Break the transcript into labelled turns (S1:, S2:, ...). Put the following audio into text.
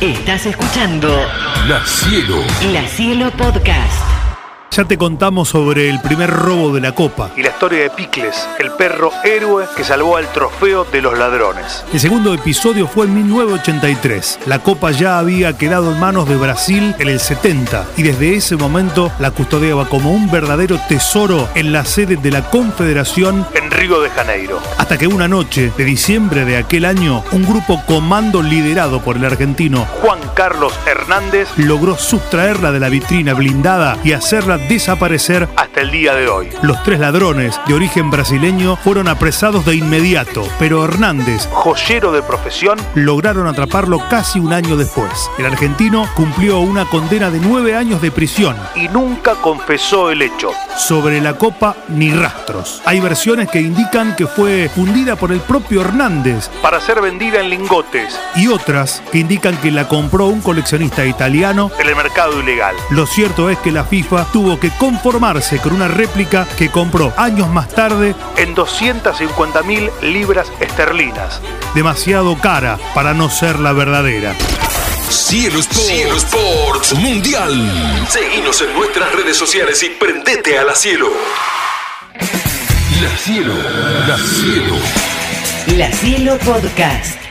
S1: Estás escuchando
S2: La Cielo.
S1: La Cielo Podcast.
S3: Ya te contamos sobre el primer robo de la Copa.
S4: y la historia de Picles, el perro héroe que salvó al trofeo de los ladrones.
S3: El segundo episodio fue en 1983. La Copa ya había quedado en manos de Brasil en el 70 y desde ese momento la custodiaba como un verdadero tesoro en la sede de la Confederación
S4: En Río de Janeiro,
S3: hasta que una noche de diciembre de aquel año un grupo comando liderado por el argentino
S4: Juan Carlos Hernández
S3: logró sustraerla de la vitrina blindada y hacerla desaparecer
S4: hasta el día de hoy.
S3: Los tres ladrones de origen brasileño fueron apresados de inmediato, pero Hernández
S4: Joyero de profesión,
S3: lograron atraparlo casi un año después. El argentino cumplió una condena de nueve años de prisión.
S4: y nunca confesó el hecho.
S3: Sobre la copa, ni rastros. Hay versiones que indican que fue fundida por el propio Hernández
S4: Para ser vendida en lingotes
S3: y otras que indican que la compró un coleccionista italiano.
S4: en el mercado ilegal.
S3: Lo cierto es que la FIFA tuvo que conformarse con una réplica que compró años más tarde
S4: En 250 mil libras esterlinas.
S3: demasiado cara para no ser la verdadera.
S2: Cielo Sports. Cielo Sports Mundial.
S5: Seguinos en nuestras redes sociales y prendete a la cielo.
S2: La Cielo. La Cielo.
S1: La Cielo Podcast.